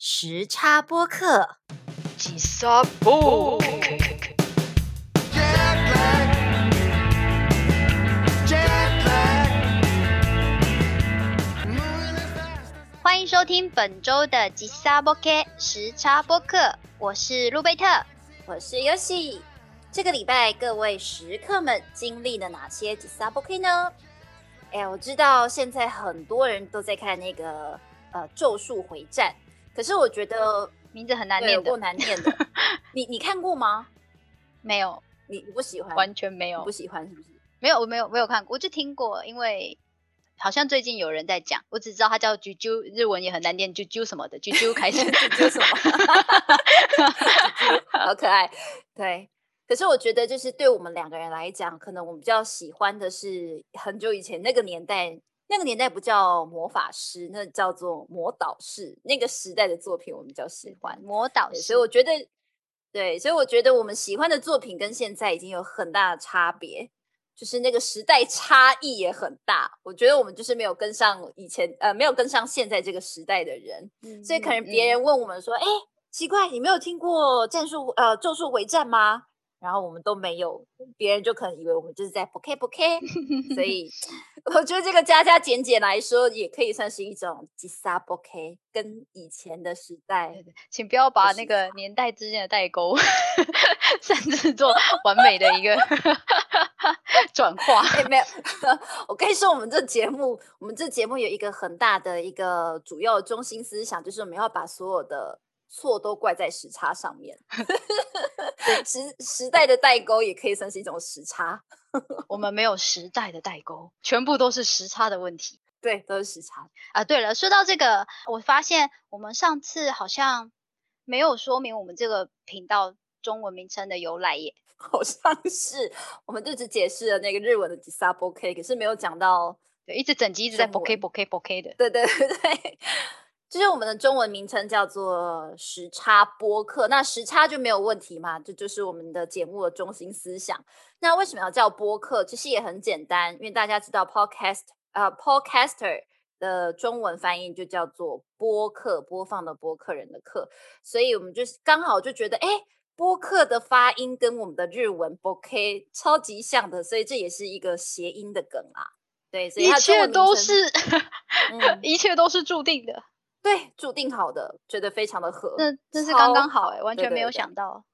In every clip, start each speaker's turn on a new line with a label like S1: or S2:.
S1: 时差播客。
S2: 吉萨布。
S3: Jet lag. Jet lag. Moving as fast as
S4: 欢迎收听本周的吉萨波 K 时差播客，我是路贝特。
S1: 我是 Yoshi。这个礼拜各位食客们经历了哪些 d i s a b l e 呢？哎呀，我知道现在很多人都在看那个呃《咒术回战》，可是我觉得
S4: 名字很难
S1: 对有
S4: 念
S1: 够
S4: 的，
S1: 难念的。 你你看过吗？
S4: 没有，
S1: 你你不喜欢？
S4: 完全没
S1: 你啊不
S4: 有，
S1: 喜欢是不是？
S4: 没有，我没有，没有看过，我就听过，因为好像最近有人在讲，我只知道它叫啾啾，日文也很难念啾啾什么的，啾 啾开始
S1: 这什么？好可爱，对。可是我觉得，就是对我们两个人来讲，可能我们比较喜欢的是很久以前那个年代，那个年代不叫魔法师，那叫做魔导士，那个时代的作品我们比较喜欢。
S4: 魔导
S1: 对
S4: 师，
S1: 所以我觉得，对，所以我觉得我们喜欢的作品跟现在已经有很大的差别，就是那个时代差异也很大。我觉得我们就是没有跟上以前，呃，没有跟上现在这个时代的人。
S4: 嗯
S1: 所以可能别人问我们说：“哎、奇怪，你没有听过战术呃咒术回战吗？”然后我们都没有，别人就可能以为我们就是在 p o k p o k 所以我觉得这个加加减减来说，也可以算是一种 d i s a p o k 跟以前的时代
S4: 对请不要把
S1: 是
S4: 那个年代之间的代沟 擅自做完美的一个 转化。
S1: 哎、没有， 我跟你说，我们这节目，我们这节目有一个很大的一个主要中心思想，就是我们要把所有的错都怪在时差上 面。时时代的代沟也可以算是一种时差，
S4: 我们没有时代的代沟，全部都是时差的问题
S1: 对，都是时差。
S4: 啊。对了，说到这个，我发现我们上次好像没有说明我们这个频道中文名称的由来耶。
S1: 好像是我们就只解释了那个日文的 d i s a b o k 可是没有讲到，
S4: 对，一直整集一直在
S1: 中
S4: bokeh
S1: 文
S4: bokeh bokeh 的。
S1: 对对 对对。就是我们的中文名称叫做时差播客，那时差就没有问题嘛，这就是我们的节目的中心思想。那为什么要叫播客？其实也很简单，因为大家知道 podcast 呃 podcaster 的中文翻译就叫做播客，播放的播客人的客，所以我们就是刚好就觉得，哎，播客的发音跟我们的日文 b o k 超级像的，所以这也是一个谐音的梗啦。对，所以
S4: 一
S1: 它的中
S4: 切
S1: 文名
S4: 都
S1: 称
S4: 是，
S1: 嗯 哦
S4: 一切都是注定的。
S1: 对，注定好的，觉得非常的合。
S4: 那真是刚刚
S1: 超
S4: 好哎，完
S1: 对
S4: 全
S1: 对
S4: 没有
S1: 对
S4: 想到。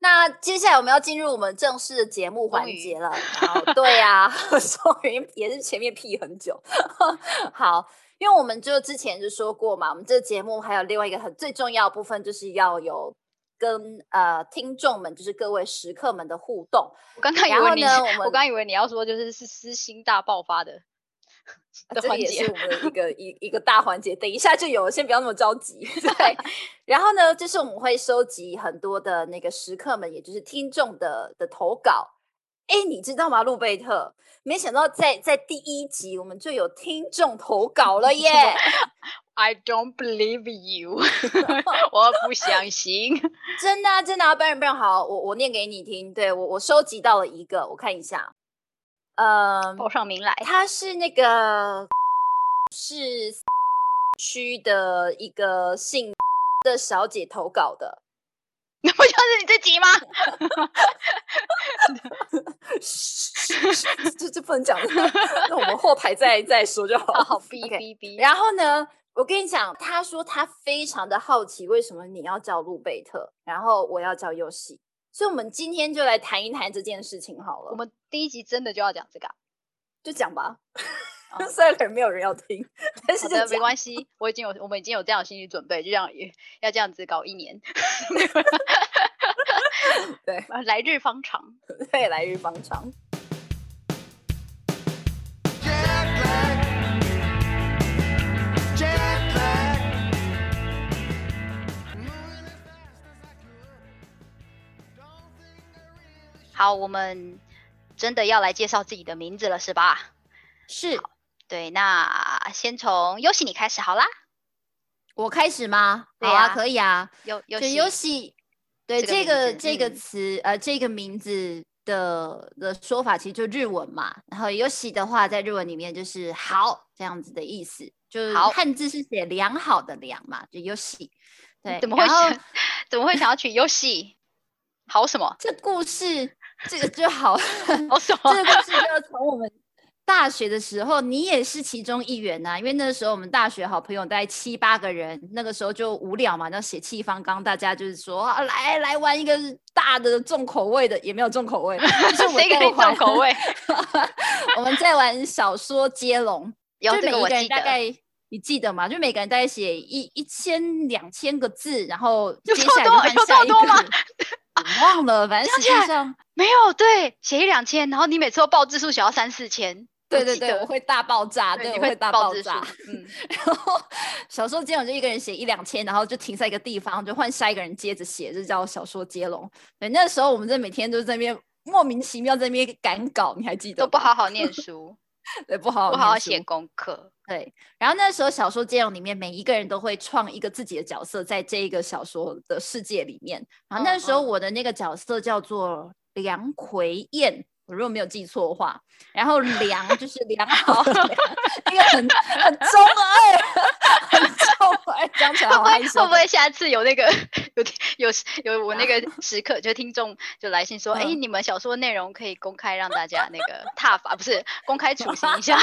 S1: 那接下来我们要进入我们正式的节目
S4: 终
S1: 环
S4: 于
S1: 节了。然后对呀、 终于也是前面屁很久。 好，因为我们就之前就说过嘛，我们这个节目还有另外一个很最重要的部分，就是要有跟呃听众们，就是各位食客们的互动。
S4: 我刚刚以
S1: 然后
S4: 为你，
S1: 呢我
S4: 我
S1: 们
S4: 刚以为你要说就是是私心大爆发的
S1: 啊
S4: 的
S1: 这个
S4: 环
S1: 也是
S4: 节，
S1: 我们的一个 一一个大环节，等一下就有了，先不要那么着急。对， 然后呢，就是我们会收集很多的那个食客们，也就是听众的的投稿。哎，你知道吗，路贝特？没想到在在第一集我们就有听众投稿了 耶！
S4: I don't believe you，我不相信。
S1: 真的、啊、真的、啊，不然不然好，我我念给你听。对我我收集到了一个，我看一下，嗯，
S4: 报上名来，
S1: 他是那个是区的一个姓的小姐投稿的，
S4: 那不就是你自己吗？
S1: 这这不能讲， 那我们后台再再说就好
S4: 啊
S1: 了。
S4: 好，哔
S1: 哦 OK
S4: 哔哔。
S1: 然后呢，我跟你讲，他说他非常的好奇，为什么你要叫路贝特，然后我要叫尤西，所以我们今天就来谈一谈这件事情好了。
S4: 我们第一集真的就要讲这个啊，
S1: 就讲吧，
S4: 哦
S1: 虽然可能没有人要听，但是
S4: 好
S1: 就
S4: 的，没
S1: 讲
S4: 关系，我已经有我们已经有这样的心理准备，就这样要这样子搞一年，
S1: 对
S4: 啊 来日方长。
S1: 对，来日方长。
S3: jet lag. Jet lag. Moving as fast as I could. Don't think I really should.
S4: 好，我们真的要来介绍自己的名字了，是吧？
S1: 是
S4: 对，那先从优喜你开始好啦。
S1: 我开始吗？
S4: 对
S1: 好啊，
S4: 呀
S1: 可以啊。
S4: 优优
S1: 就
S4: 喜，
S1: 尤喜，对
S4: 这个
S1: 这
S4: 名
S1: 个这个
S4: 字嗯
S1: 词、呃这个名字的的说法，其实就日文嘛。然后尤喜的话，在日文里面就是好，这样子的意思。就是
S4: 好
S1: 汉字是写良好的良嘛，就有 喜。对，
S4: 怎么会
S1: 然后
S4: 想怎么会想要取游戏？好什么？
S1: 这故事这个就好
S4: 好什
S1: 这个
S4: 么？
S1: 故事就要从我们大学的时候，你也是其中一员呐、啊因为那时候我们大学好朋友大概七八个人，那个时候就无聊嘛，然后血气方刚，大家就是说、啊、来来玩一个大的重口味的，也没有重口味，就是我们
S4: 谁给
S1: 在
S4: 你重
S1: 玩
S4: 口？味？
S1: 我们在玩小说接龙，
S4: 有
S1: 就
S4: 这
S1: 每
S4: 个
S1: 一
S4: 我
S1: 个人
S4: 记
S1: 大
S4: 得。
S1: 概。你记得吗？就每个人大概写一一千两千个字，然后
S4: 有
S1: 接
S4: 这么
S1: 下来就换下
S4: 多有这么
S1: 一
S4: 多
S1: 个
S4: 吗
S1: 人。我忘了，反正
S4: 想
S1: 实
S4: 起
S1: 际
S4: 来
S1: 上
S4: 没有，对，写一两千，然后你每次都报字数想要三四千，
S1: 对
S4: 我
S1: 对
S4: 记
S1: 对，
S4: 得
S1: 我会大爆炸，对，
S4: 你
S1: 我
S4: 会
S1: 会大爆
S4: 字数
S1: 炸。，
S4: 嗯，
S1: 然后 小说接龙就一个人写一两千，然后就停在一个地方，就换下一个人接着写，这叫小说接龙。对，那时候我们这每天都在那边莫名其妙在那边赶稿，你还记得
S4: 都不
S1: 吗，
S4: 好好念书，
S1: 对，不好
S4: 不
S1: 好
S4: 好好
S1: 念
S4: 写
S1: 书。
S4: 功课，
S1: 对，然后那时候小说接龙里面每一个人都会创一个自己的角色，在这一个小说的世界里面。然后
S4: 嗯
S1: 那时候
S4: 嗯
S1: 我的那个角色叫做梁奎燕，我如果没有记错的话，然后梁就是 良好的良，一个很很中二， 很中二，讲起来
S4: 会
S1: 好
S4: 不
S1: 害
S4: 会
S1: 羞
S4: 会不。会下次有那个 有有有我那个 时刻，就听众就来信说，哎、
S1: 嗯
S4: 你们小说内容可以公开让大家那个 踏法，不是公开处刑 一下，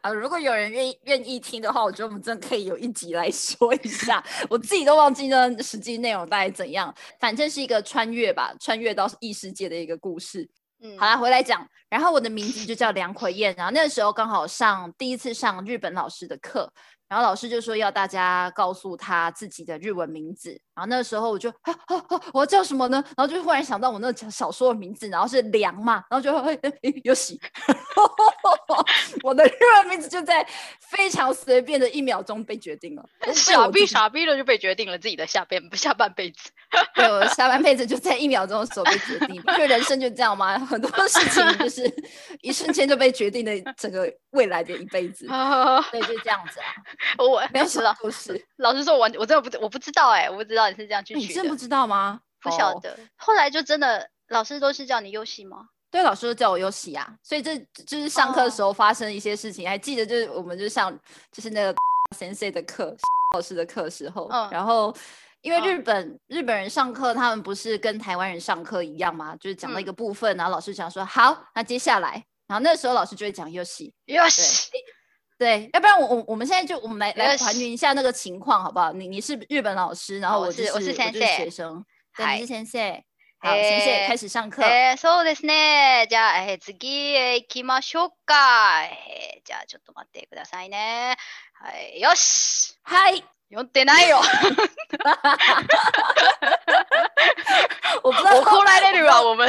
S1: 啊，如果有人愿意愿意听的话，我觉得我们真的可以有一集来说一下。我自己都忘记那实际内容大概怎样，反正是一个穿越吧，穿越到异世界的一个故事。
S4: 嗯，
S1: 好啦，回来讲。然后我的名字就叫梁奎燕，然后那时候刚好上第一次上日本老师的课，然后老师就说要大家告诉他自己的日文名字，然后那时候我就 啊啊啊，我要叫什么呢？然后就忽然想到我那个小说的名字，然后是梁嘛，然后就 哎哎哎有喜， 我的日文名字就在非常随便的一秒钟被决定了，我被
S4: 傻
S1: 我
S4: 逼
S1: 自己
S4: 傻逼了就被决定了自己的下半 下半辈 子，
S1: 对，我下半辈子就在一秒钟的时候被决定，因为人生就这样嘛，很多事情 就是一瞬间就被决定了整个未来的一辈子。对，就这样子啊，
S4: 啊 我
S1: 哦没有
S4: 知
S1: 什
S4: 道
S1: 么故事。
S4: 老师说我完我真的不知我不知道哎、我不知道你是这样去
S1: 你
S4: 取
S1: 真
S4: 的
S1: 不，知道吗？
S4: 不晓
S1: 哦
S4: 得。后来就真的老师都是叫你优戏吗？
S1: 对，老师都叫我优喜啊，所以这就是上课的
S4: 哦
S1: 时候发生一些事情，还记得就是我们就上就是那个 sensei 的课，老师的课时候，
S4: 嗯
S1: 然后。因为
S4: 嗯
S1: 日本、日本人上课，他们不是跟台湾人上课一样吗？就是讲到一
S4: 嗯
S1: 个部分，然后老师讲说好，那接下来，然后那时候老师就会讲优喜，
S4: 优
S1: 戏对，要不然我我我们现在就我们来来
S4: 呃
S1: 还原一下那个情况好不好？你你是日本老师，然
S4: 好
S1: 后
S4: 哦我
S1: 就是
S4: 我是
S1: 是
S4: 先
S1: 就
S4: 生
S1: 学生，对，
S4: 嗨
S1: 你是先生。好，先生
S4: えー
S1: 开始上课。
S4: えー、そうですね。じゃあ、えー次へ行きましょうか。えーじゃあ、ちょっと待ってくださいね。はい、よし
S1: 嗨，
S4: 読んでないよ
S1: 我不知道，
S4: 怒られ るわ、我们。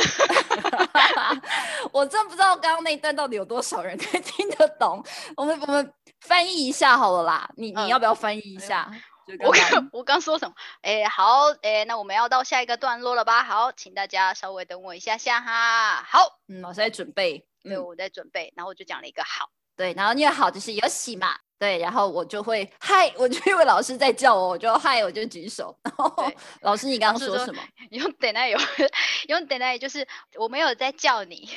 S1: 我真不知道刚刚那一段到底有多少人可以听得懂。我们我们翻译一下好了啦，你
S4: 嗯
S1: 你要不要翻译一下？就
S4: 我
S1: 刚刚
S4: 刚我刚说什么？哎、好，哎、那我们要到下一个段落了吧？好，请大家稍微等我一下下哈。好，
S1: 嗯，老师在准备。嗯
S4: 对，我在准备，然后我就讲了一个好。
S1: 对，然后念好就是有喜嘛，对，然后我就会嗨，我就因为老师在叫我，我就嗨，我就举手。然后
S4: 对
S1: 老师，你刚刚
S4: 师
S1: 说
S4: 说
S1: 什么？
S4: 用等待有，用等待就是我没有在叫你，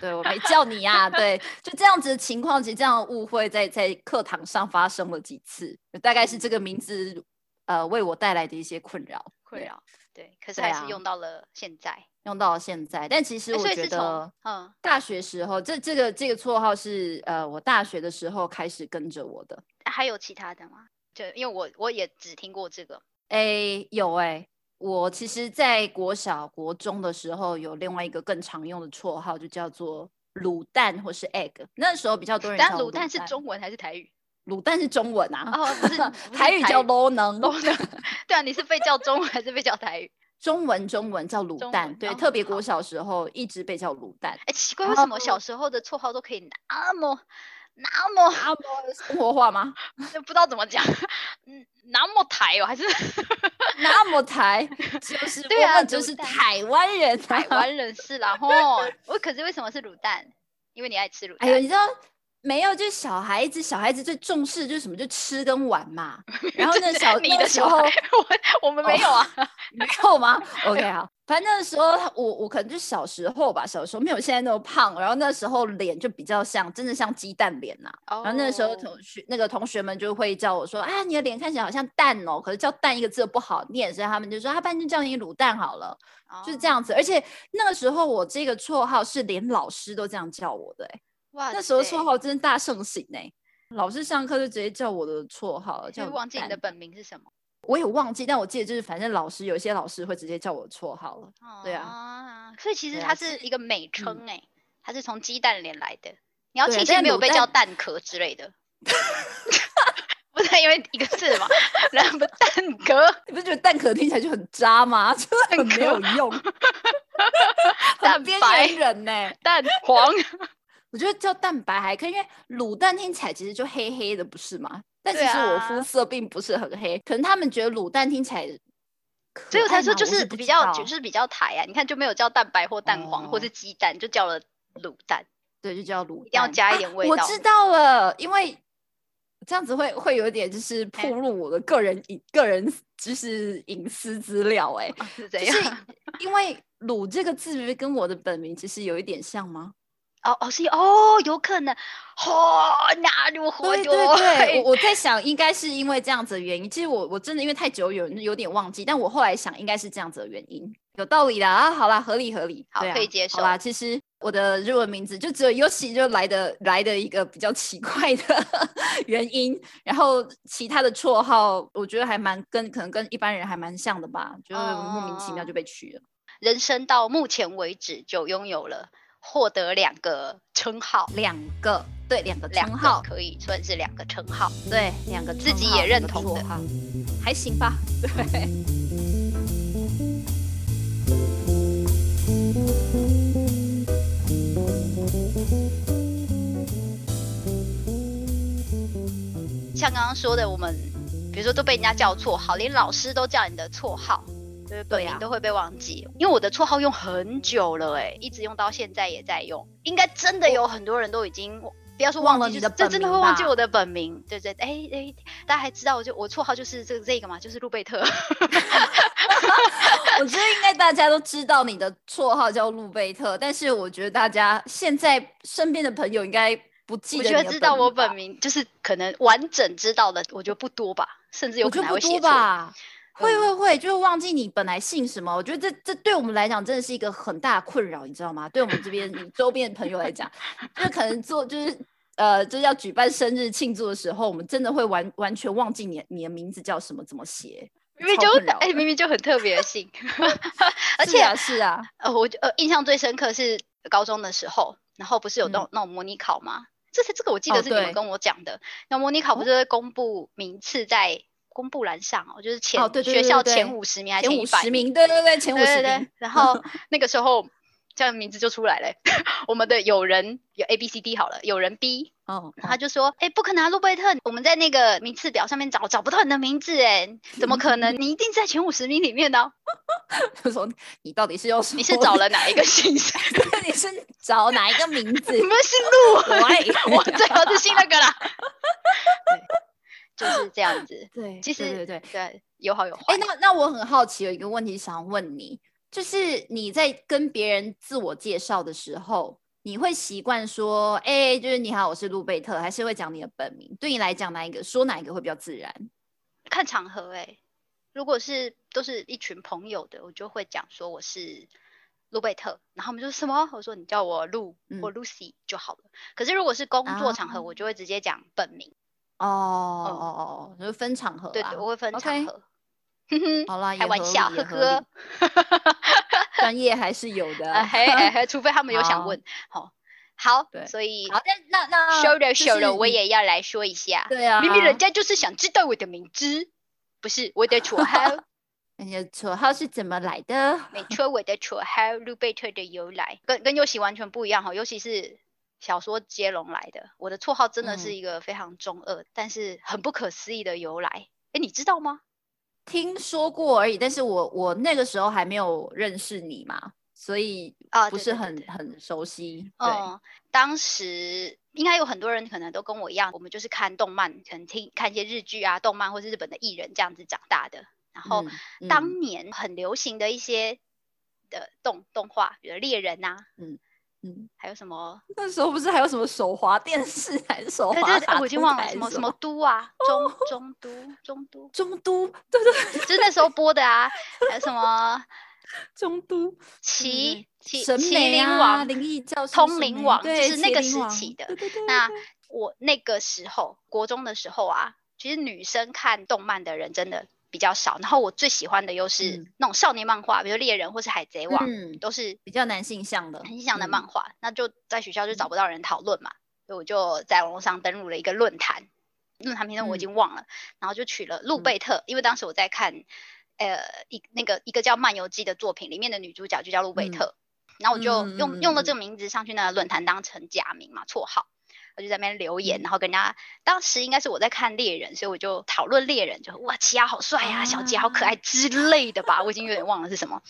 S1: 对我没叫你啊，对，就这样子的情况，其实这样的误会在在课堂上发生了几次，大概是这个名字呃为我带来的一些困扰，
S4: 困
S1: 对
S4: 扰。对，可是
S1: 对
S4: 还是
S1: 啊
S4: 用到了现在。
S1: 用到了现在。但其实
S4: 哎
S1: 我
S4: 所以
S1: 觉
S4: 是从
S1: 得
S4: 嗯，
S1: 大学时候，这这个这个绰号是呃我大学的时候开始跟着我的。
S4: 还有其他的吗？就因为我我也只听过这个，
S1: 诶，有诶，我其实，在国小、国中的时候，有另外一个更常用的绰号，就叫做卤蛋或是 egg。那时候比较多人
S4: 但
S1: 叫我
S4: 卤蛋是
S1: 蛋，
S4: 中文还是台语？
S1: 卤蛋是中文啊，
S4: 哦， 不是不是
S1: 台语叫 low 能，
S4: 都能。 对啊，你是被叫中文还是被叫台语？
S1: 中文中文叫卤
S4: 中
S1: 蛋，
S4: 文
S1: 对，
S4: 哦
S1: 特别国
S4: 好
S1: 小时候一直被叫卤蛋。
S4: 哎，奇怪，为什么
S1: 哦
S4: 小时候的绰号都可以那么那么
S1: 阿伯生活化吗？
S4: 就不知道怎么讲，嗯，那么台哦，还是
S1: 那么 台就是
S4: 对
S1: 我
S4: 啊
S1: 们就
S4: 卤
S1: 是
S4: 蛋
S1: 台湾人，啊
S4: 台。湾人士啦？吼，我可是为什么是卤蛋？因为你爱吃卤
S1: 哎呦，
S4: 蛋
S1: 你知道没有，就是小孩子，小孩子最重视就是什么，就吃跟玩 嘛。然后那小
S4: 你
S1: 那
S4: 的
S1: 时
S4: 小
S1: 候
S4: 孩，我我 们没有啊。
S1: 没有 吗？OK 好，反正那时候我我可能就小时候吧，小时候没有现在那么胖，然后那时候脸就比较像，真的像鸡蛋脸呐、然后那时候
S4: 哦
S1: 同学那个同学们就会叫我说啊，你的脸看起来好像蛋哦，可是叫蛋一个字都不好念，所以他们就说啊，不然就叫你卤蛋好了，就是这
S4: 哦
S1: 样子。而且那个时候我这个绰号是连老师都这样叫我的、欸，
S4: 哇
S1: 那时候
S4: 塞
S1: 绰号真的大盛行哎、老师上课就直接叫我的绰号了，
S4: 就
S1: 叫
S4: 是
S1: 我
S4: 忘记你
S1: 蛋
S4: 的本名是什么。
S1: 我也忘记，但我记得就是反正老师有一些老师会直接叫我绰号了。对啊
S4: 啊，所以其实
S1: 对啊
S4: 它
S1: 就是是嗯
S4: 一个美称哎，它是从鸡蛋脸来的。你要
S1: 对啊
S4: 庆幸
S1: 但
S4: 没有
S1: 卤
S4: 被叫
S1: 蛋
S4: 蛋壳之类的， 不是因为一个字嘛，然后蛋壳
S1: 你不觉得蛋壳听起来就很渣吗？ 真的很没有用，
S4: 蛋
S1: 很边
S4: 白
S1: 缘人呢、欸
S4: 蛋黄。
S1: 我觉得叫蛋白还可以，因为卤蛋听起来其实就黑黑的，不是吗？但其
S4: 对
S1: 实我
S4: 啊
S1: 肤色并不是很黑，可能他们觉得卤蛋听起来可爱吗，
S4: 所以我才说就
S1: 我是
S4: 是
S1: 不
S4: 比
S1: 知
S4: 较
S1: 道
S4: 就是比较台啊，你看就没有叫蛋白或蛋黄或
S1: 哦
S4: 是鸡蛋，就叫了卤蛋。
S1: 对，就叫卤蛋，
S4: 一定要加一
S1: 啊
S4: 点味
S1: 我
S4: 道
S1: 知道了，因为这样子会会有点就是
S4: 哎
S1: 暴露我的个人隐个人就是隐私资料、欸，
S4: 啊是
S1: 就
S4: 怎样？
S1: 是因为“鲁”这个字跟我的本名其实有一点像吗？
S4: 哦哦是哦，有可能。嚯，那如何
S1: 对对
S4: 哟？
S1: 对，
S4: 嘿
S1: 我我在想应该是因为这样子的原因。其实我我真的因为太久远有点忘记，但我后来想应该是这样子的原因，有道理的啊。好啦，合理合理，
S4: 好
S1: 对啊
S4: 可以接受
S1: 好啦，其实我的日文名字就只有 Yoshi 就来的来的一个比较奇怪的 原因，然后其他的绰号我觉得还蛮跟可能跟一般人还蛮像的吧，就是莫名其妙
S4: 哦
S1: 就被取了。
S4: 人生到目前为止就拥有了获得两个称号，
S1: 两个嗯对两个
S4: 两
S1: 称
S4: 个
S1: 号，
S4: 可以算是两个称号。
S1: 对，两个
S4: 自
S1: 称
S4: 己
S1: 号
S4: 也认
S1: 两个
S4: 同
S1: 绰
S4: 的
S1: 号，还行吧。对，
S4: 像刚刚说的，我们比如说都被人家叫绰号，连老师都叫你的绰号，就是本
S1: 对
S4: 名
S1: 啊
S4: 都会被忘记。因为我的绰号用很久了、欸，一直用到现在也在用，应该真的有很多人都已经。不要说
S1: 忘了
S4: 记，
S1: 你
S4: 就是
S1: 的本
S4: 这真的
S1: 名
S4: 会忘记
S1: 吧
S4: 我的本名，对对，哎哎，大家还知道我就我绰号就是这个这个嘛，就是路贝特。
S1: 我觉得应该大家都知道你的绰号叫路贝特，但是我觉得大家现在身边的朋友应该不记
S4: 我
S1: 得
S4: 觉
S1: 你的
S4: 得知道我
S1: 本
S4: 本名，就是可能完整知道的，我觉得不多吧，甚至有
S1: 我
S4: 可
S1: 觉
S4: 能
S1: 得不
S4: 还
S1: 多
S4: 会写错。嗯
S1: 吧。会会会，就忘记你本来姓什么。我觉得这这对我们来讲真的是一个很大的困扰，你知道吗？对我们这边你周边的朋友来讲，就可能做就是呃，就是要举办生日庆祝的时候，我们真的会完完全忘记你的你的名字叫什么，怎么写。
S4: 明明
S1: 超
S4: 就
S1: 困扰
S4: 哎、
S1: 的
S4: 明明就很特别的姓，而
S1: 是
S4: 且、
S1: 啊是啊，
S4: 呃，我就呃印象最深刻是高中的时候，然后不是有那种、那种模拟考吗？这是这个我
S1: 嗯
S4: 记
S1: 哦
S4: 得是你们
S1: 对哦
S4: 跟我讲的，那模拟考不是会公布名次在公布栏上哦，就是前、
S1: 哦对对
S4: 学
S1: 对对
S4: 校
S1: 对
S4: 前五十名还是
S1: 前五
S4: 前100
S1: 十名，对对对，前五
S4: 对
S1: 十
S4: 对对
S1: 名，，
S4: 然后 那个时候这样名字就出来了、 我们的友人有 A B C D 好了，友人 B，
S1: 哦，
S4: 他就说：“哎、不可能、啊，路贝特，我们在那个名次表上面找找不到你的名字，哎，怎么可能？你一定在前五十名里面的啊、
S1: 就说你到底是用什么？
S4: 你是找了哪一个姓氏？
S1: 你是找哪一个名字？
S4: 你们姓陆 啊，
S1: 喂，
S4: 我最好是姓那个 啦。对就是这样子，
S1: 对，
S4: 其实
S1: 对对对。
S4: 对，有好有坏。
S1: 哎、那那我很好奇，有一个问题想要问你，就是你在跟别人自我介绍的时候，你会习惯说，哎、就是你好，我是路贝特，还是会讲你的本名？对你来讲，哪一个说哪一个会比较自然？
S4: 看场合、哎，如果是都是一群朋友的，我就会讲说我是路贝特，然后他们就说什么，我说你叫我路或
S1: 嗯
S4: Lucy 就好了。可是如果是工作场合，
S1: 啊
S4: 我就会直接讲本名。
S1: 哦哦哦哦，就是分场合
S4: 嗯对
S1: 啦
S4: 对，我会分场
S1: OK
S4: 合。哼哼，
S1: 好啦，
S4: 开
S1: 也
S4: 玩
S1: 合
S4: 笑，
S1: 理也
S4: 呵
S1: 合理
S4: 呵。
S1: 专业还是有的。
S4: 啊嘿哎嘿，除非他们有想
S1: 好
S4: 问，好，好
S1: 对，
S4: 所以
S1: 好，那那那
S4: 收了收
S1: 就是
S4: 了，我
S1: 你
S4: 也要来说一下，
S1: 对啊，
S4: 明明人家就是想知道我的名字，不是我的绰 号，
S1: 你的绰号是怎么来的？
S4: 没错，我的绰号路贝特的由来跟跟尤喜完全不一样哈，尤其是。小说接龙来的，我的绰号真的是
S1: 嗯
S4: 一个非常中二，但是很不可思议的由来。哎，你知道吗？
S1: 听说过而已，但是我我那个时候还没有认识你嘛，所以
S4: 啊
S1: 不
S4: 对
S1: 是
S4: 对对哦
S1: 很
S4: 对
S1: 很熟悉。对，
S4: 嗯，当时应该有很多人可能都跟我一样，我们就是看动漫，可能听看一些日剧啊、动漫或是日本的艺人这样子长大的。然后
S1: 嗯
S4: 当年很流行的一些的动动画，比如猎人啊，
S1: 嗯
S4: 还有什么，
S1: 那时候不是还有什么手滑电视 还是手
S4: 对
S1: 滑
S4: 对
S1: 卡
S4: 对，
S1: 通
S4: 我已经忘
S1: 台
S4: 了
S1: 还
S4: 什
S1: 啊是，
S4: 么什么都啊，中中都中都
S1: 中都，对对对，
S4: 就是那时候播的啊，还有 什么
S1: 中都
S4: 麒麒
S1: 神
S4: 麒
S1: 美
S4: 麟
S1: 啊
S4: 王
S1: 灵异教室
S4: 通
S1: 神
S4: 灵
S1: 美
S4: 王，就
S1: 对
S4: 是那
S1: 麒
S4: 个
S1: 麟
S4: 时
S1: 王
S4: 期的
S1: 对。对对
S4: 那
S1: 对对
S4: 我那个时候国中的时候啊，其实女生看动漫的人真的比较少。然后我最喜欢的又是
S1: 嗯
S4: 那种少年漫画，比如猎人或是海贼王，哎
S1: 嗯，
S4: 都是
S1: 比较男性向的，
S4: 很像的
S1: 嗯
S4: 漫画。那就在学校就找不到人讨论嘛，所以我就在网络上登录了一个论坛，论坛名称我已
S1: 嗯
S4: 经忘了，然后就取了路
S1: 嗯
S4: 贝特，因为当时我在看呃一那个一个叫《漫游记》的作品，里面的女主角就叫路贝
S1: 嗯
S4: 特。然后我就
S1: 嗯嗯
S4: 用、
S1: 嗯
S4: 用了
S1: 嗯
S4: 这个名字上去那个论坛当成假名嘛，绰号，我就在那边留言，
S1: 嗯
S4: 然后跟人家当时应该是我在看猎人，所以我就讨论猎人，就哇奇亚好帅呀、小杰好可
S1: 啊
S4: 爱之类的吧，我已经有点忘了是什么。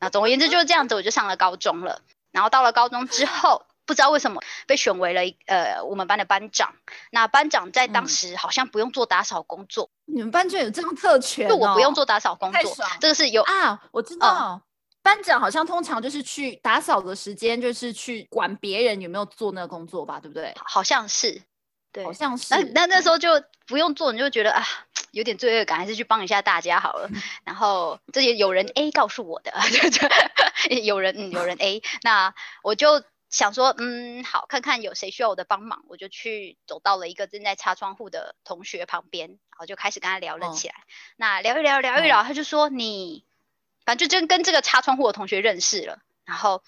S4: 那总而言之就是这样子，我就上了高中了。然后到了高中之后，不知道为什么被选为了一呃我们班的班长。那班长在当
S1: 嗯
S4: 时好像不用做打扫工作，
S1: 你们班居然有这种特权、哦，
S4: 就我不用做打扫工
S1: 太
S4: 作
S1: 爽，
S4: 这个是有
S1: 啊，我
S4: 嗯
S1: 知道。班长好像通常就是去打扫的时间，就是去管别人有没有做那个工作吧，对不对？
S4: 好像是对
S1: 好。像是
S4: 那。那那时候就不用做，你就觉得啊，有点罪恶感，还是去帮一下大家好了。 然后这也有人 A 告诉我的， 就就有人嗯有人 A，那我就想说嗯好，看看有谁需要我的帮忙，我就去走到了一个正在擦窗户的同学旁边，然后就开始跟他聊了
S1: 嗯
S4: 起来。那聊一聊聊一
S1: 嗯
S4: 聊，他就说你反正就真跟这个擦窗户的同学认识了。然后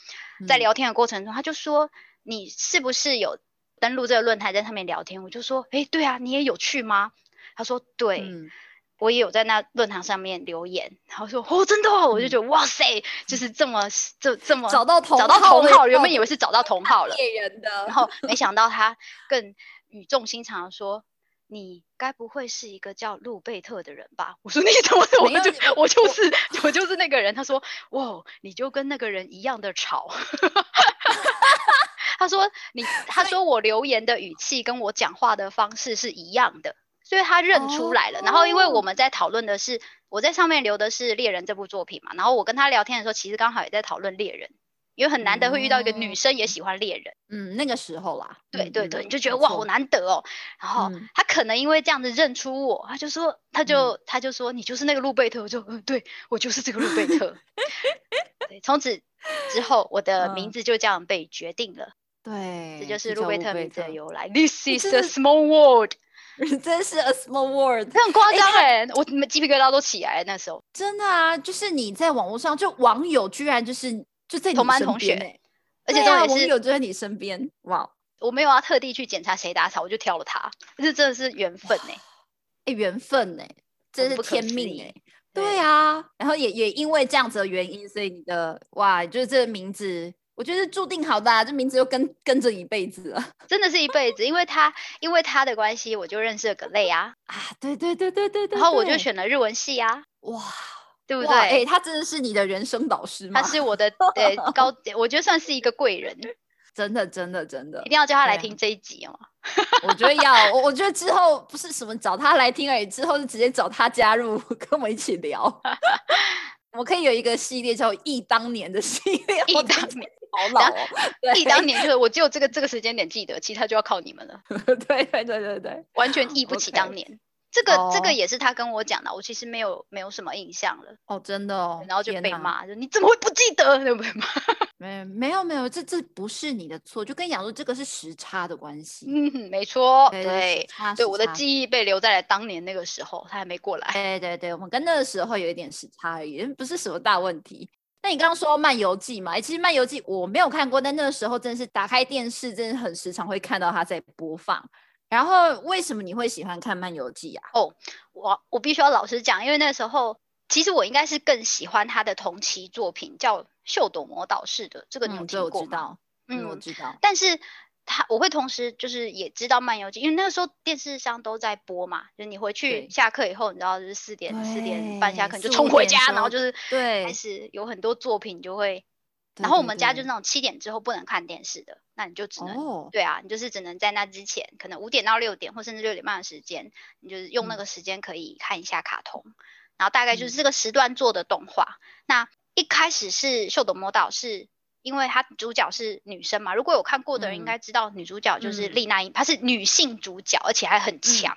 S4: 在
S1: 嗯
S4: 聊天的过程中，他就说你是不是有登录这个论坛在上面聊天？我就说，诶，对啊，你也有去吗？他说，对，
S1: 嗯，
S4: 我也有在那论坛上面留言。然后说，哦，真的、哦，我就觉得、哇塞，就是这么这这么
S1: 嗯找到同
S4: 找到
S1: 号
S4: 同号，
S1: 了
S4: 原本以为是找到同号了，
S1: 猎人的，
S4: 然后没想到他更语重心长的说。你该不会是一个叫路贝特的人吧？ 我说你怎么？我
S1: 没有
S4: 就
S1: 你
S4: 我就是我就是那个人。他说哇，你就跟那个人一样的吵。 他说你， 他说我留言的语气跟我讲话的方式是一样的，所以他认出来了。然后因为我
S1: 哦
S4: 们在讨论的是我在上面留的是《猎人》这部作品嘛，然后我跟他聊天的时候，其实刚好也在讨论《猎人》，因为很难得会遇到一个女
S1: 哦
S4: 生也喜欢猎人。
S1: 嗯，那个时候啦，
S4: 对
S1: 嗯
S4: 对
S1: 嗯
S4: 对，你就觉
S1: 没
S4: 得哇，
S1: 错
S4: 好难得哦。然后
S1: 嗯
S4: 他可能因为这样子认出我，他就说，他就他就说你就是那个路贝特，我 就嗯，对我就是这个路贝 特。对，从此之后我的名
S1: 嗯
S4: 字就这样被决定了，
S1: 对，
S4: 这就是
S1: 叫
S4: 路
S1: 路
S4: 贝特名字的
S1: 特
S4: 由来。This
S1: 你
S4: is
S1: 真
S4: a
S1: 的
S4: small world，
S1: 真是 a small world。
S4: 那很夸
S1: 哎
S4: 张
S1: 他
S4: 哎，我鸡皮疙瘩都起来了那时候。
S1: 真的啊，就是你在网络上，就网友居然就是就在你
S4: 同班
S1: 身
S4: 同
S1: 边
S4: 学
S1: 欸
S4: 而且
S1: 对啊
S4: 重
S1: 网
S4: 点
S1: 友
S4: 是，
S1: 就在你身边，哇，
S4: 我没有要特地去检查谁打扫，我就挑了他，这真的是缘分 哎。
S1: 哎，缘分哎，这
S4: 很
S1: 是
S4: 不可
S1: 天
S4: 思
S1: 命
S4: 议
S1: 哎，对，啊，然后也也因为这样子的原因，所以你的哇，就是这个名字，我觉得是注定好的、啊，这名字又跟跟着一辈子了
S4: 真的是一辈子，因为他因为他的关系，我就认识了葛类啊。
S1: 啊！ 对对对对对对，
S4: 然后我就
S1: 对
S4: 选了日文系啊，
S1: 哇，
S4: 对不
S1: 哇哎、
S4: 对？
S1: 他真的是你的人生导师吗？
S4: 他是 我的对高，我觉得算是一个贵人，一
S1: 真的真的真的，
S4: 定要叫他来
S1: 对啊
S4: 听这一 集哦。
S1: 我觉得要我我觉得之后不是什么找他来听而已，之后就直接找他加入 跟我们一起聊。 我们可以有一个系列叫“忆当年”的系列，
S4: 忆
S1: 我真
S4: 当
S1: 的
S4: 年
S1: 好老哦，对
S4: 一当年就是我只有这个这个时间点记得，其他就要靠你们了，
S1: 对对对对对，
S4: 完全忆不起当
S1: 哦 OK
S4: 年。这个这
S1: 哦
S4: 个也是他跟我讲的，我其实没有没有什么印象了，
S1: 哦，真的哦，
S4: 然后就
S1: 天
S4: 被
S1: 哪，
S4: 骂，就你怎么会不记得？ 对不对？
S1: 没没有没有，这这不是你的错，就跟你讲说这个是时差的关系，
S4: 嗯，没错，
S1: 对啊对时
S4: 对
S1: 差
S4: 对，
S1: 时
S4: 我的
S1: 差
S4: 记忆被留在了当年那个时候，他还没过来。
S1: 对对对，我们跟那个时候有一点时差而已，不是什么大问题。那你刚刚说到《漫游记》嘛？诶其实《漫游记》我没有看过，但那个时候真的是打开电视，真的很时常会看到它在播放。然后为什么你会喜欢看《漫游记》啊？
S4: 我我必须要老实讲，因为那时候其实我应该是更喜欢他的同期作品叫《秀斗魔导士》的，这个你有
S1: 嗯，这
S4: 听
S1: 我
S4: 过
S1: 知
S4: 吗？
S1: 道，嗯，我知道，
S4: 但是他我会同时就是也知道《漫游记》，因为那个时候电视上都在播嘛，就是你回去
S1: 对
S4: 下课以后，你知道就是四点四点半下
S1: 对
S4: 课你就
S1: 四
S4: 冲
S1: 五
S4: 回
S1: 点
S4: 家，
S1: 的时
S4: 然后
S1: 候
S4: 就是
S1: 对
S4: 开始有很多作品就会然后我们家就是那种七点之后不能看电视的，那你就只能、
S5: 哦，
S4: 对啊，你就是只能在那之前，可能五点到六点，或甚至六点半的时间，你就是用
S5: 嗯
S4: 那个时间可以看一下卡通，然后大概就是这个时段做的动画。那一开始是《秀斗魔导》，是因为它主角是女生嘛，如果有看过的人应
S5: 嗯
S4: 该知道，女主角就是
S5: 嗯
S4: 丽娜英，她是女性主角，而且还很强，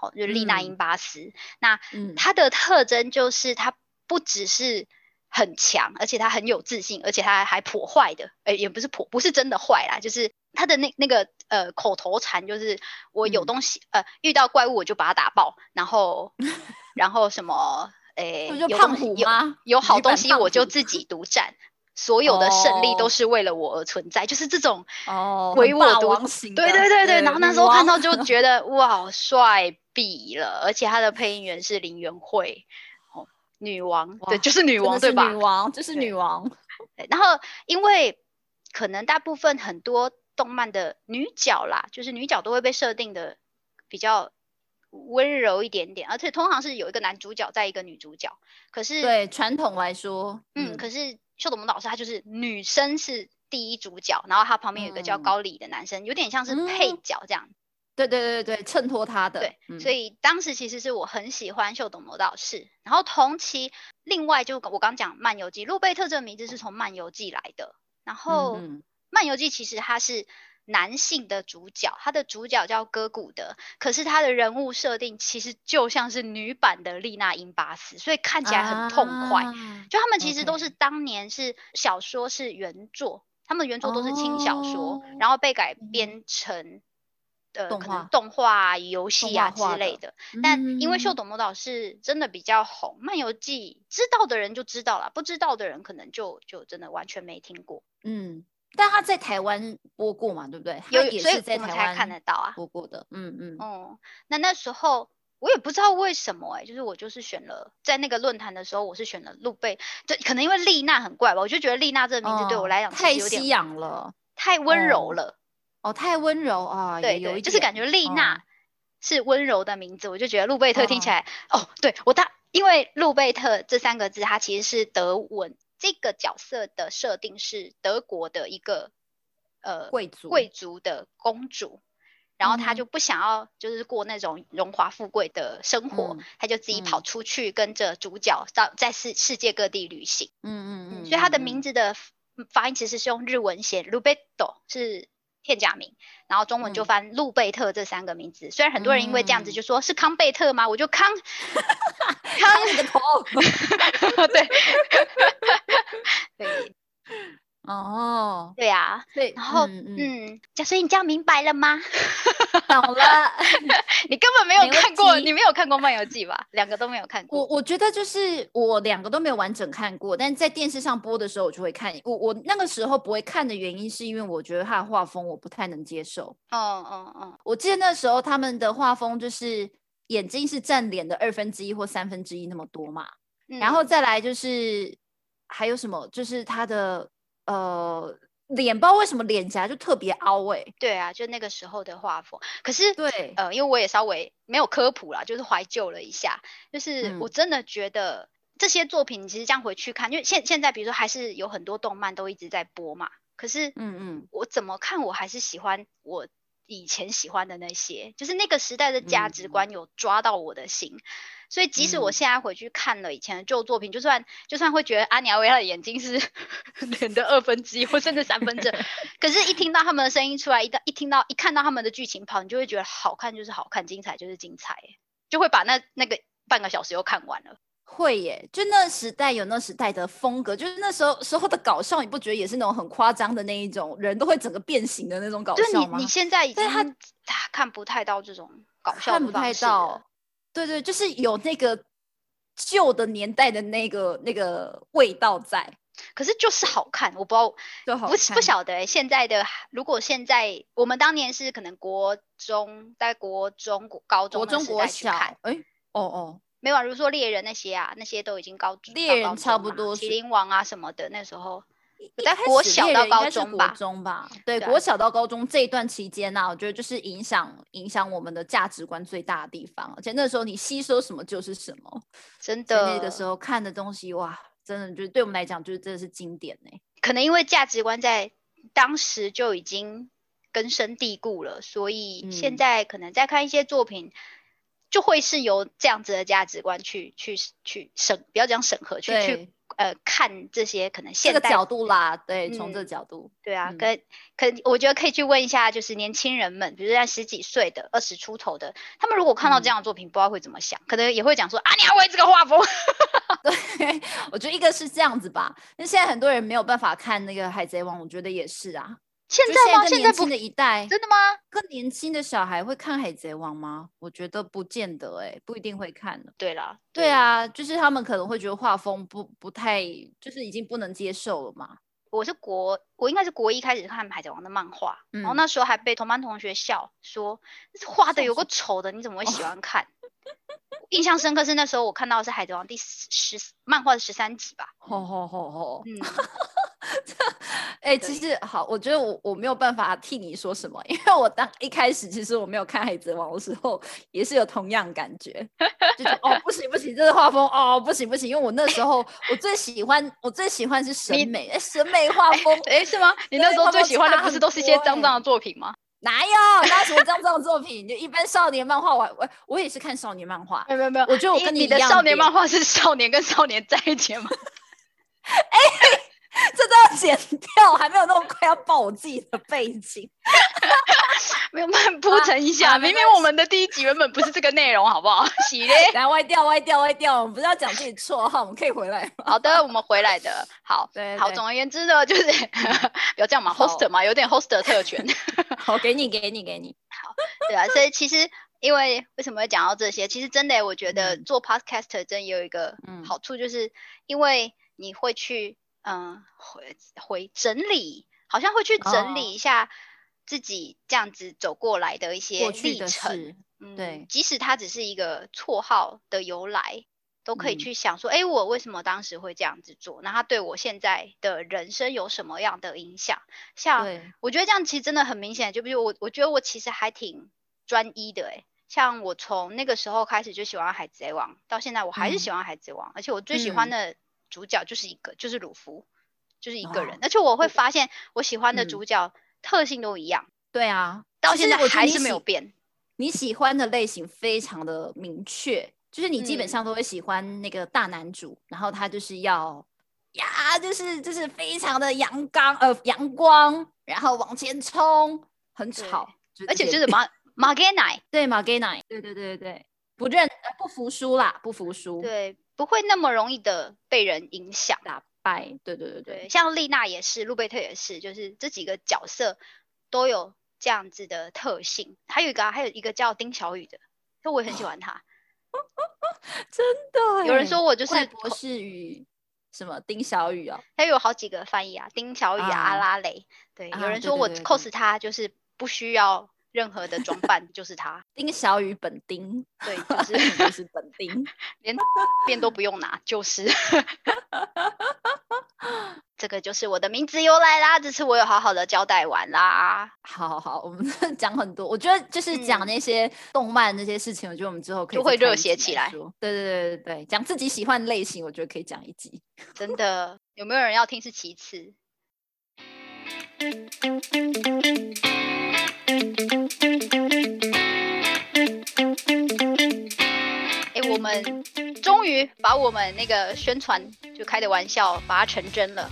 S4: 哦，就是丽娜
S5: 嗯
S4: 英巴斯。那
S1: 嗯
S4: 她的特征就是她不只是很强，而且她很有自信，而且她还颇坏的，呃，也不是颇，不是真的坏啦，就是她的那那个呃口头禅就是我有
S5: 嗯
S4: 东西、呃遇到怪物我就把它打爆，然 后然后什么诶、
S1: 不就
S4: 有
S1: 胖
S4: 东西
S1: 虎
S4: 有
S1: 吗？
S4: 有好
S1: 女版
S4: 东西
S1: 胖
S4: 我就
S1: 虎
S4: 自己独占。所有的胜利
S1: 哦
S4: 都是为了我而存在，就是这种
S1: 哦，
S4: 唯
S1: 很
S4: 我
S1: 霸
S4: 独
S1: 王型的，
S4: 对对对对，然后那时候看
S1: 女王
S4: 到就觉得哇，帅毙了，而且他的配音员是林元惠，哦，女王，对，
S1: 哇
S4: 就是女
S1: 真的
S4: 王，对
S1: 是
S4: 吧？
S1: 女王就是
S4: 对
S1: 女王，
S4: 对然后因为可能大部分很多动漫的女角啦，就是女角都会被设定的比较温柔一点点，而且通常是有一个男主角在一个女主角，可是
S1: 对传统来说，
S4: 嗯，可是秀斗门老师他就是女生是第一主角，然后他旁边有一个叫
S1: 嗯
S4: 高礼的男生，有点像是配
S1: 嗯
S4: 角这样。
S1: 对对对对，衬托她的，
S4: 对，
S1: 嗯
S4: 所以当时其实是我很喜欢《秀斗魔导士》，然后同期另外就我刚讲《漫游记》，路贝特这个名字是从《漫游记》来的。然后
S1: 嗯嗯
S4: 《漫游记》其实它是男性的主角，它的主角叫歌谷德，可是他的人物设定其实就像是女版的丽娜英巴斯，所以看起来很痛快。
S1: 啊
S4: 就他们其实都
S1: OK
S4: 是当年是小说是原作，他们原作都是轻小说，
S1: 哦
S4: 然后被改
S1: 哼
S4: 编成、呃
S1: 动
S4: 可能
S1: 画
S4: 动画啊、游戏啊
S1: 画化嗯
S4: 之类的。但因为《秀斗魔导士》真的比较红，漫游记》知道的人就知道了，不知道的人可能就就真的完全没听过。
S1: 嗯，但她在台湾播过嘛，对不对？她
S4: 有，
S1: 也
S4: 所以
S1: 是在
S4: 我们
S1: 台
S4: 才
S1: 湾
S4: 看得到啊。
S1: 播过的，嗯嗯，
S4: 哦、那那时候我也不知道为什么哎、就是我就是选了在那个论坛的时候，我是选了路贝，这可能因为丽娜很怪吧，我就觉得丽娜这个名字对我
S1: 哦
S4: 来讲其
S1: 太
S4: 实有点
S1: 西洋了，
S4: 太温柔
S1: 哦
S4: 了，
S1: 哦，太温柔啊，也
S4: 对
S1: 有
S4: 对，
S1: 一
S4: 就是感
S1: 点
S4: 觉丽娜
S1: 哦嗯
S4: 是温柔的名字，我就觉得路贝特听起来，哦，对我大，因为路贝特这三个字，它其实是德文这个角色的设定是德国的一个呃
S1: 贵族
S4: 贵族的公主。然后她
S1: 嗯
S4: 就不想要，就是过那种荣华富贵的生活，
S1: 嗯
S4: 她就自己
S1: 嗯
S4: 跑出去跟着主角到在世世界各地旅行。
S1: 嗯嗯嗯，
S4: 所以它的
S1: 嗯
S4: 名字的发音其实是用日文写 Rubeto 是片假名，然后中文就
S1: 嗯
S4: 翻路贝特这三个名字。虽然很多人因为这样子
S1: 嗯
S4: 就说是康贝特吗？我就康
S1: 康你个头
S4: 对对
S1: 哦，
S4: 对啊，
S1: 对，
S4: 然后
S1: 嗯嗯，
S4: 嗯，贾所以你这样明白了吗？
S1: 懂了。
S4: 你根本没有
S1: 没问
S4: 看过，
S1: 题
S4: 你没有看过《漫游记》吧？两个都没有看
S1: 我
S4: 过。
S1: 我觉得就是我两个都没有完整看过，但在电视上播的时候我就会看。我我那个时候不会看的原因是因为我觉得他的画风我不太能接受。
S4: 嗯嗯嗯，
S1: 我记得那时候他们的画风就是眼睛是占脸的二分之一或三分之一那么多嘛，
S4: 嗯
S1: 然后再来就是还有什么，就是他的呃脸，不知道为什么脸颊就特别凹哎、
S4: 对啊，就那个时候的画风，可是
S1: 对
S4: 呃，因为我也稍微没有科普啦，就是怀旧了一下，就是我真的觉得这些作品，其实这样回去看，因为现现在比如说还是有很多动漫都一直在播嘛，可是
S1: 嗯嗯，
S4: 我怎么看我还是喜欢我以前喜欢的那些，就是那个时代的价值观有抓到我的心。所以，即使我
S1: 嗯
S4: 现在回去看了以前的旧作品，就算就算会觉得阿尼亚维拉的眼睛是 脸的二分之一或甚至三分之二，可是，一听到他们的声音出来，一到一听到一看到他们的剧情跑，你就会觉得好看就是好看，精彩就是精彩，就会把那那个半个小时又看完了。
S1: 会耶，就那时代有那时代的风格，就是那时候时候的搞笑，你不觉得也是那种很夸张的那一种，人都会整个变形的那种搞
S4: 就
S1: 笑吗
S4: 你？你现在已
S1: 对
S4: 经
S1: 他
S4: 他看不太到这种搞笑
S1: 看
S4: 的
S1: 不
S4: 方
S1: 太
S4: 式了
S1: 到，对对，就是有那个旧的年代的那个那个味道在，
S4: 可是就是好看，我不知道
S1: 就好
S4: 不是不
S1: 看
S4: 晓得、欸、现在的，如果现在我们当年是可能国中，在国中、国高中
S1: 国
S4: 的
S1: 中
S4: 时
S1: 国
S4: 代去
S1: 小，
S4: 看，
S1: 哎，哦哦，
S4: 没有啊，比如说猎人那些啊，那些都已经高到
S1: 猎人
S4: 高
S1: 差
S4: 中
S1: 不
S4: 嘛
S1: 多
S4: 麒
S1: 是
S4: 麟王啊什么的，那时候
S1: 一
S4: 在
S1: 开
S4: 国
S1: 始
S4: 小
S1: 猎
S4: 到
S1: 人应
S4: 高
S1: 该是
S4: 中
S1: 国
S4: 吧
S1: 中吧，对，
S4: 对啊
S1: 国小到高中这一段期间呢、我觉得就是影响影响我们的价值观最大的地方，而且那时候你吸收什么就是什么，
S4: 真
S1: 在
S4: 的
S1: 那个时候看的东西，哇，真的就是对我们来讲，就是真的是经典呢、
S4: 可能因为价值观在当时就已经根深蒂固了，所以现
S1: 嗯
S4: 在可能在看一些作品，就会是由这样子的价值观去去去审，不要讲审核，去去
S1: 对，
S4: 呃看这些可能
S1: 这
S4: 现
S1: 个
S4: 代
S1: 角度啦，对，从这
S4: 嗯
S1: 个角度，
S4: 对啊，
S1: 嗯
S4: 可可我觉得可以去问一下，就是年轻人们，比如在十几岁的、二十出头的，他们如果看到这
S1: 嗯
S4: 样的作品，不知道会怎么想，可能也会讲说啊，你要为这个画风，
S1: 我觉得一个是这样子吧，那现在很多人没有办法看那个《海贼王》，我觉得也是啊。
S4: 现
S1: 就
S4: 在吗？
S1: 更
S4: 现在
S1: 年
S4: 不
S1: 轻的一代，
S4: 真的吗？
S1: 更年轻的小孩会看《海贼王》吗？我觉得不见得、欸，不一定会看的。
S4: 对啦，
S1: 对，啊，就是他们可能会觉得画风不不太，就是已经不能接受了嘛。
S4: 我是国，我应该是国一开始看《海贼王》的漫画，然后
S1: 嗯
S4: 那时候还被同班同学笑说，这画的
S1: 笑
S4: 有个
S1: 什
S4: 丑的，你怎么会喜欢看？ 印象深刻是那时候我看到的是《海贼王》第十十漫画的十三集吧，
S1: 吼吼吼吼！
S4: 嗯，
S1: 哎、其实好，我觉得我我没有办法替你说什么，因为我当一开始其实我没有看《海贼王》的时候，也是有同样感觉，就觉得哦不行不行，这个画风哦不行不行，因为我那时候我最喜欢我最喜欢是
S4: 你
S1: 审美，哎审美画 风
S4: 诶，是吗？你那
S1: 对
S4: 时候
S1: 画
S4: 最
S1: 风
S4: 喜欢的
S1: 差
S4: 不是
S1: 很
S4: 都是一些
S1: 多
S4: 脏
S1: 欸
S4: 脏的作品吗？
S1: 哪有？那什么脏脏的作品？就一般少年漫画，我我我也是看少年漫画。
S4: 没有没有没有，
S1: 我觉得我
S4: 你
S1: 跟
S4: 你
S1: 一
S4: 的
S1: 样
S4: 少年
S1: 点
S4: 漫画是少年跟少年在一起吗？
S1: 这都要剪掉，还没有那么快要爆我自己的背 景。
S4: 没有，我们铺
S1: 啊
S4: 陈一下，
S1: 啊没
S4: 明明我们的第一集原本不是这个内容，好不 好？洗嘞。
S1: 来歪掉，歪掉，歪掉！我们不是要讲自己绰号，我们可以回来吗？
S4: 好的，我们回来的。好，
S1: 对
S4: 好，
S1: 对
S4: 总而言之呢，就是 不要这样嘛
S1: 好
S4: ，host 嘛，有点 host 的特 权。
S1: 好，给你，给你，给你。
S4: 对啊，所以其实因为为什么会讲到这些？其实真的，我觉得
S1: 嗯
S4: 做 podcaster 真有一个
S1: 嗯
S4: 好处，就是因为你会去嗯、呃回回整理，好像会去整
S1: 哦
S4: 理一下自己这样子走过来的一些
S1: 过去
S4: 历
S1: 的
S4: 程。
S1: 事，
S4: 嗯，
S1: 对
S4: 即使它只是一个绰号的由来，都可以
S1: 嗯
S4: 去想说，哎、我为什么当时会这样子做？那它对我现在的人生有什么样的影响？像
S1: 对，
S4: 我觉得这样其实真的很明显，就比如我，我觉得我其实还挺专一的诶、像我从那个时候开始就喜欢海贼王，到现在我还是喜欢海贼王，而且我最喜欢
S1: 嗯
S4: 的主角就是一个，就是鲁夫，就是一个
S1: 哇
S4: 人。而且我会发现我喜欢的
S1: 哦嗯
S4: 主角特性都一样，
S1: 对啊，
S4: 到
S1: 其
S4: 现
S1: 实
S4: 在
S1: 我觉得
S4: 还
S1: 你
S4: 是没有
S1: 喜
S4: 变。
S1: 你喜欢的类型非常的明确，就是你基
S4: 嗯
S1: 本上都会喜欢那个大男主，然后他就是要呀，就是就是非常的阳刚呃阳光，然后往前冲，很
S4: 对
S1: 吵，
S4: 而且
S1: 这
S4: 就
S1: 些
S4: 是马马给奶，
S1: 对马 gay 奶，对对对对对，不认呃不服输啦，不服输，，
S4: 对，不会那么容易的被人影响。
S1: 打败，对对对
S4: 对，
S1: 对，
S4: 像丽娜也是，路贝特也是，就是这几个角色都有这样子的特性。还有一个、啊，还有一个叫丁小雨的，就我也很喜欢他。
S1: 真的
S4: 有人
S1: 欸
S4: 说我就是
S1: 怪
S4: 口
S1: 博士与什么丁小雨哦，
S4: 他有好几个翻译啊，丁小雨啊，阿
S1: 啊
S4: 拉蕾。对，有
S1: 啊
S4: 人
S1: 对
S4: 说
S1: 对
S4: 我
S1: 对对
S4: cos 他就是不需要任何的装扮，就是他。
S1: 丁小雨本丁，
S4: 对，就 是
S1: 就是本丁，
S4: 连便都不用拿，就是。 这个就是我的名字由来啦，这次我有好好的交代完啦。
S1: 好好好，我们 讲很多，我觉得就是讲
S4: 嗯
S1: 那些动漫那些事情，我觉得我们之后可以
S4: 就
S1: 再
S4: 会热
S1: 开一集
S4: 血起来
S1: 说。对对对对对，讲自己喜欢的类型，我觉得可以讲一集。
S4: 真的，有没有人要听是其次。哎、我们终于把我们那个宣传就开的玩笑，把它成真了。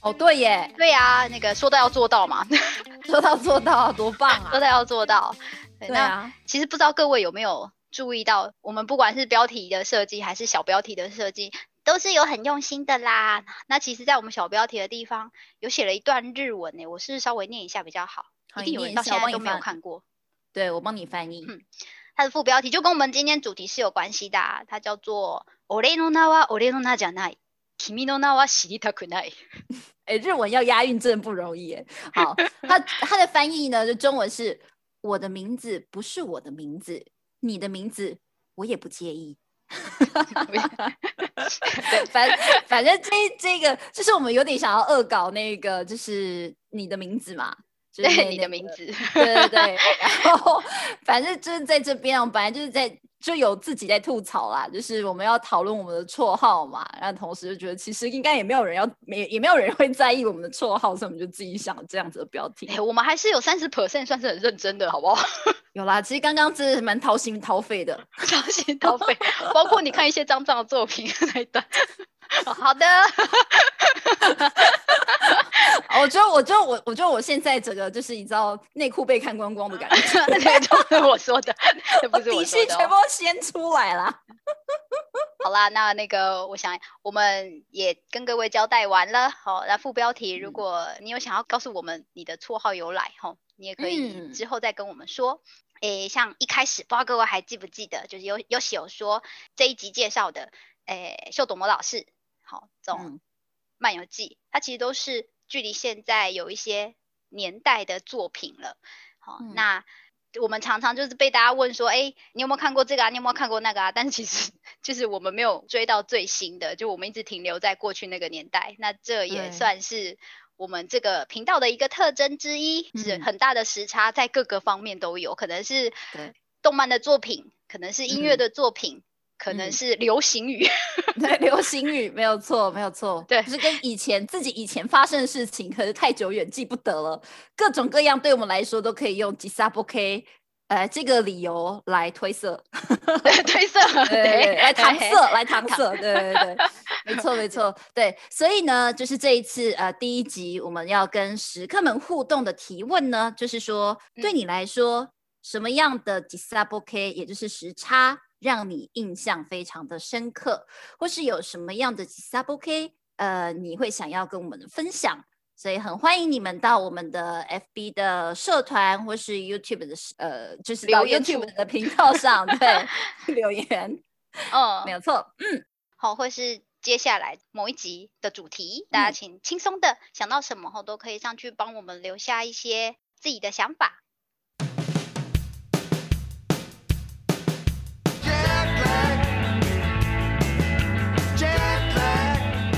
S1: 哦，对耶，
S4: 对呀、那个说到要做到嘛，
S1: 说到做到，多棒啊！
S4: 说到要做到。 对，
S1: 对
S4: 那
S1: 啊，
S4: 其实不知道各位有没有注意到，我们不管是标题的设计还是小标题的设计，都是有很用心的啦。那其实，在我们小标题的地方有写了一段日文呢、我是稍微念一下比较好，
S1: 好
S4: 一
S1: 你
S4: 定有
S1: 念
S4: 人
S1: 一
S4: 到
S1: 下
S4: 现
S1: 我
S4: 在
S1: 帮
S4: 都
S1: 你
S4: 没有
S1: 翻
S4: 看过。
S1: 对我帮你翻译。
S4: 嗯它的副标题就跟我们今天主题是有关系的啊、它叫做“我の名は俺の名じゃない”。君の名は知りたくない。
S1: 哎、日文要押韵真的不容易耶。 好，它它的翻译呢，就中文是“我的名字不是我的名字，你的名字我也不介意”。 反反正这这个就是我们有点想要恶搞那个，就是你的名字嘛，就是
S4: 对
S1: 那
S4: 你的
S1: 那
S4: 名
S1: 个
S4: 字，
S1: 对对对，然后反正就是在这边，我本来就是在就有自己在吐槽啦，就是我们要讨论我们的绰号嘛，然后同时就觉得其实应该也没有人要，没也没有人会在意我们的绰号，所以我们就自己想这样子的标题
S4: 哎、。 我们还是有三十 percent 算是很认真的，好不好？
S1: 有啦，其实刚刚是蛮掏心掏肺的，
S4: 掏心掏肺，包括你看一些脏脏的作品 那一段。哦 好的，，
S1: 哦我觉得，我觉得我，我觉得我现在整个就是你知道内裤被看光光的感觉
S4: 那个不是我说的，那 不是
S1: 底
S4: 我
S1: 细
S4: 说的
S1: 全部
S4: 哦、
S1: 都掀出来啦。
S4: 好啦，那那个，我想我们也跟各位交代完了。好、那副标
S1: 嗯
S4: 题，如果你有想要告诉我们你的绰号由来，吼、你也可以
S1: 嗯
S4: 之后再跟我们说。诶、像一开始不知道各位还记不记得，就是有有有说这一集介绍的，诶、秀斗魔老师，好、这种
S1: 嗯
S4: 漫游记，它其实都是距离现在有一些年代的作品了。好、
S1: 嗯
S4: 那我们常常就是被大家问说，哎，你有没有看过这个啊？你有没有看过那个啊？但是其实就是我们没有追到最新的，就我们一直停留在过去那个年代。那这也
S1: 对
S4: 算是我们这个频道的一个特征之一，是
S1: 嗯
S4: 很大的时差，在各个方面都有，可能是
S1: 对
S4: 动漫的作品，可能是音乐
S1: 嗯
S4: 的作品，可能
S1: 嗯
S4: 是流行 语。
S1: 对，流行语没有错，没有错，
S4: 对
S1: 就是跟以前自己以前发生的事情，可是太久远记不得了，各种各样对我们来说都可以用吉萨波 K。呃，这个理由来推测，
S4: 对推测，
S1: 对，哎 来搪
S4: 嘿 嘿
S1: 塞，来搪塞，对对 对，没错没错，对，所以呢，就是这一次呃第一集我们要跟食客们互动的提问呢，就是说对
S4: 嗯
S1: 你来说什么样的 d i s a b o k 也就是时差，让你印象非常的深刻，或是有什么样的 d i s a b o k 呃，你会想要跟我们分享。所以很欢迎你们到我们的 FB 的社团或是 YouTube 的呃，就是到
S4: 留言
S1: YouTube
S4: 处
S1: 的频道上， 对留言。
S4: 嗯，
S1: 没有错，
S4: 好，或是接下来某一集的主题，大家
S1: 嗯
S4: 请轻松的想到什么后，都可以上去帮我们留下一些自己的想法。
S3: Jet lag. Jet lag.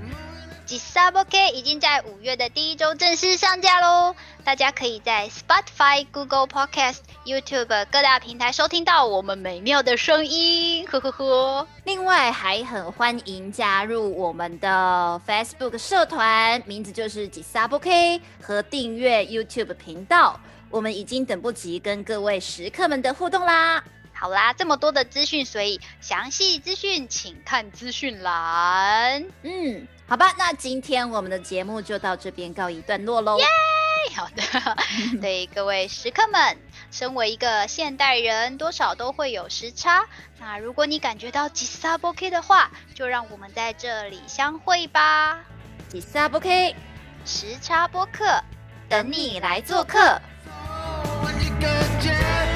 S3: Moving in
S4: 吉萨波 K 已经在五月的第一周正式上架喽，大家可以在 Spotify、Google Podcast、YouTube 各大平台收听到我们美妙的声音，呵呵呵。
S1: 另外还很欢迎加入我们的 Facebook 社团，名字就是吉萨波 K 和订阅 YouTube 频道。我们已经等不及跟各位食客们的互动啦！
S4: 好啦，这么多的资讯，所以详细资讯请看资讯栏。
S1: 嗯，好吧，那今天我们的节目就到这边告一段落喽。
S4: 哎好的，对各位食客们，身为一个现代人，多少都会有时差。那如果你感觉到吉萨波 K 的话，就让我们在这里相会吧。
S1: 吉萨波 K，
S4: 时差播客，等你
S1: 你来做客。
S3: soul when you got jet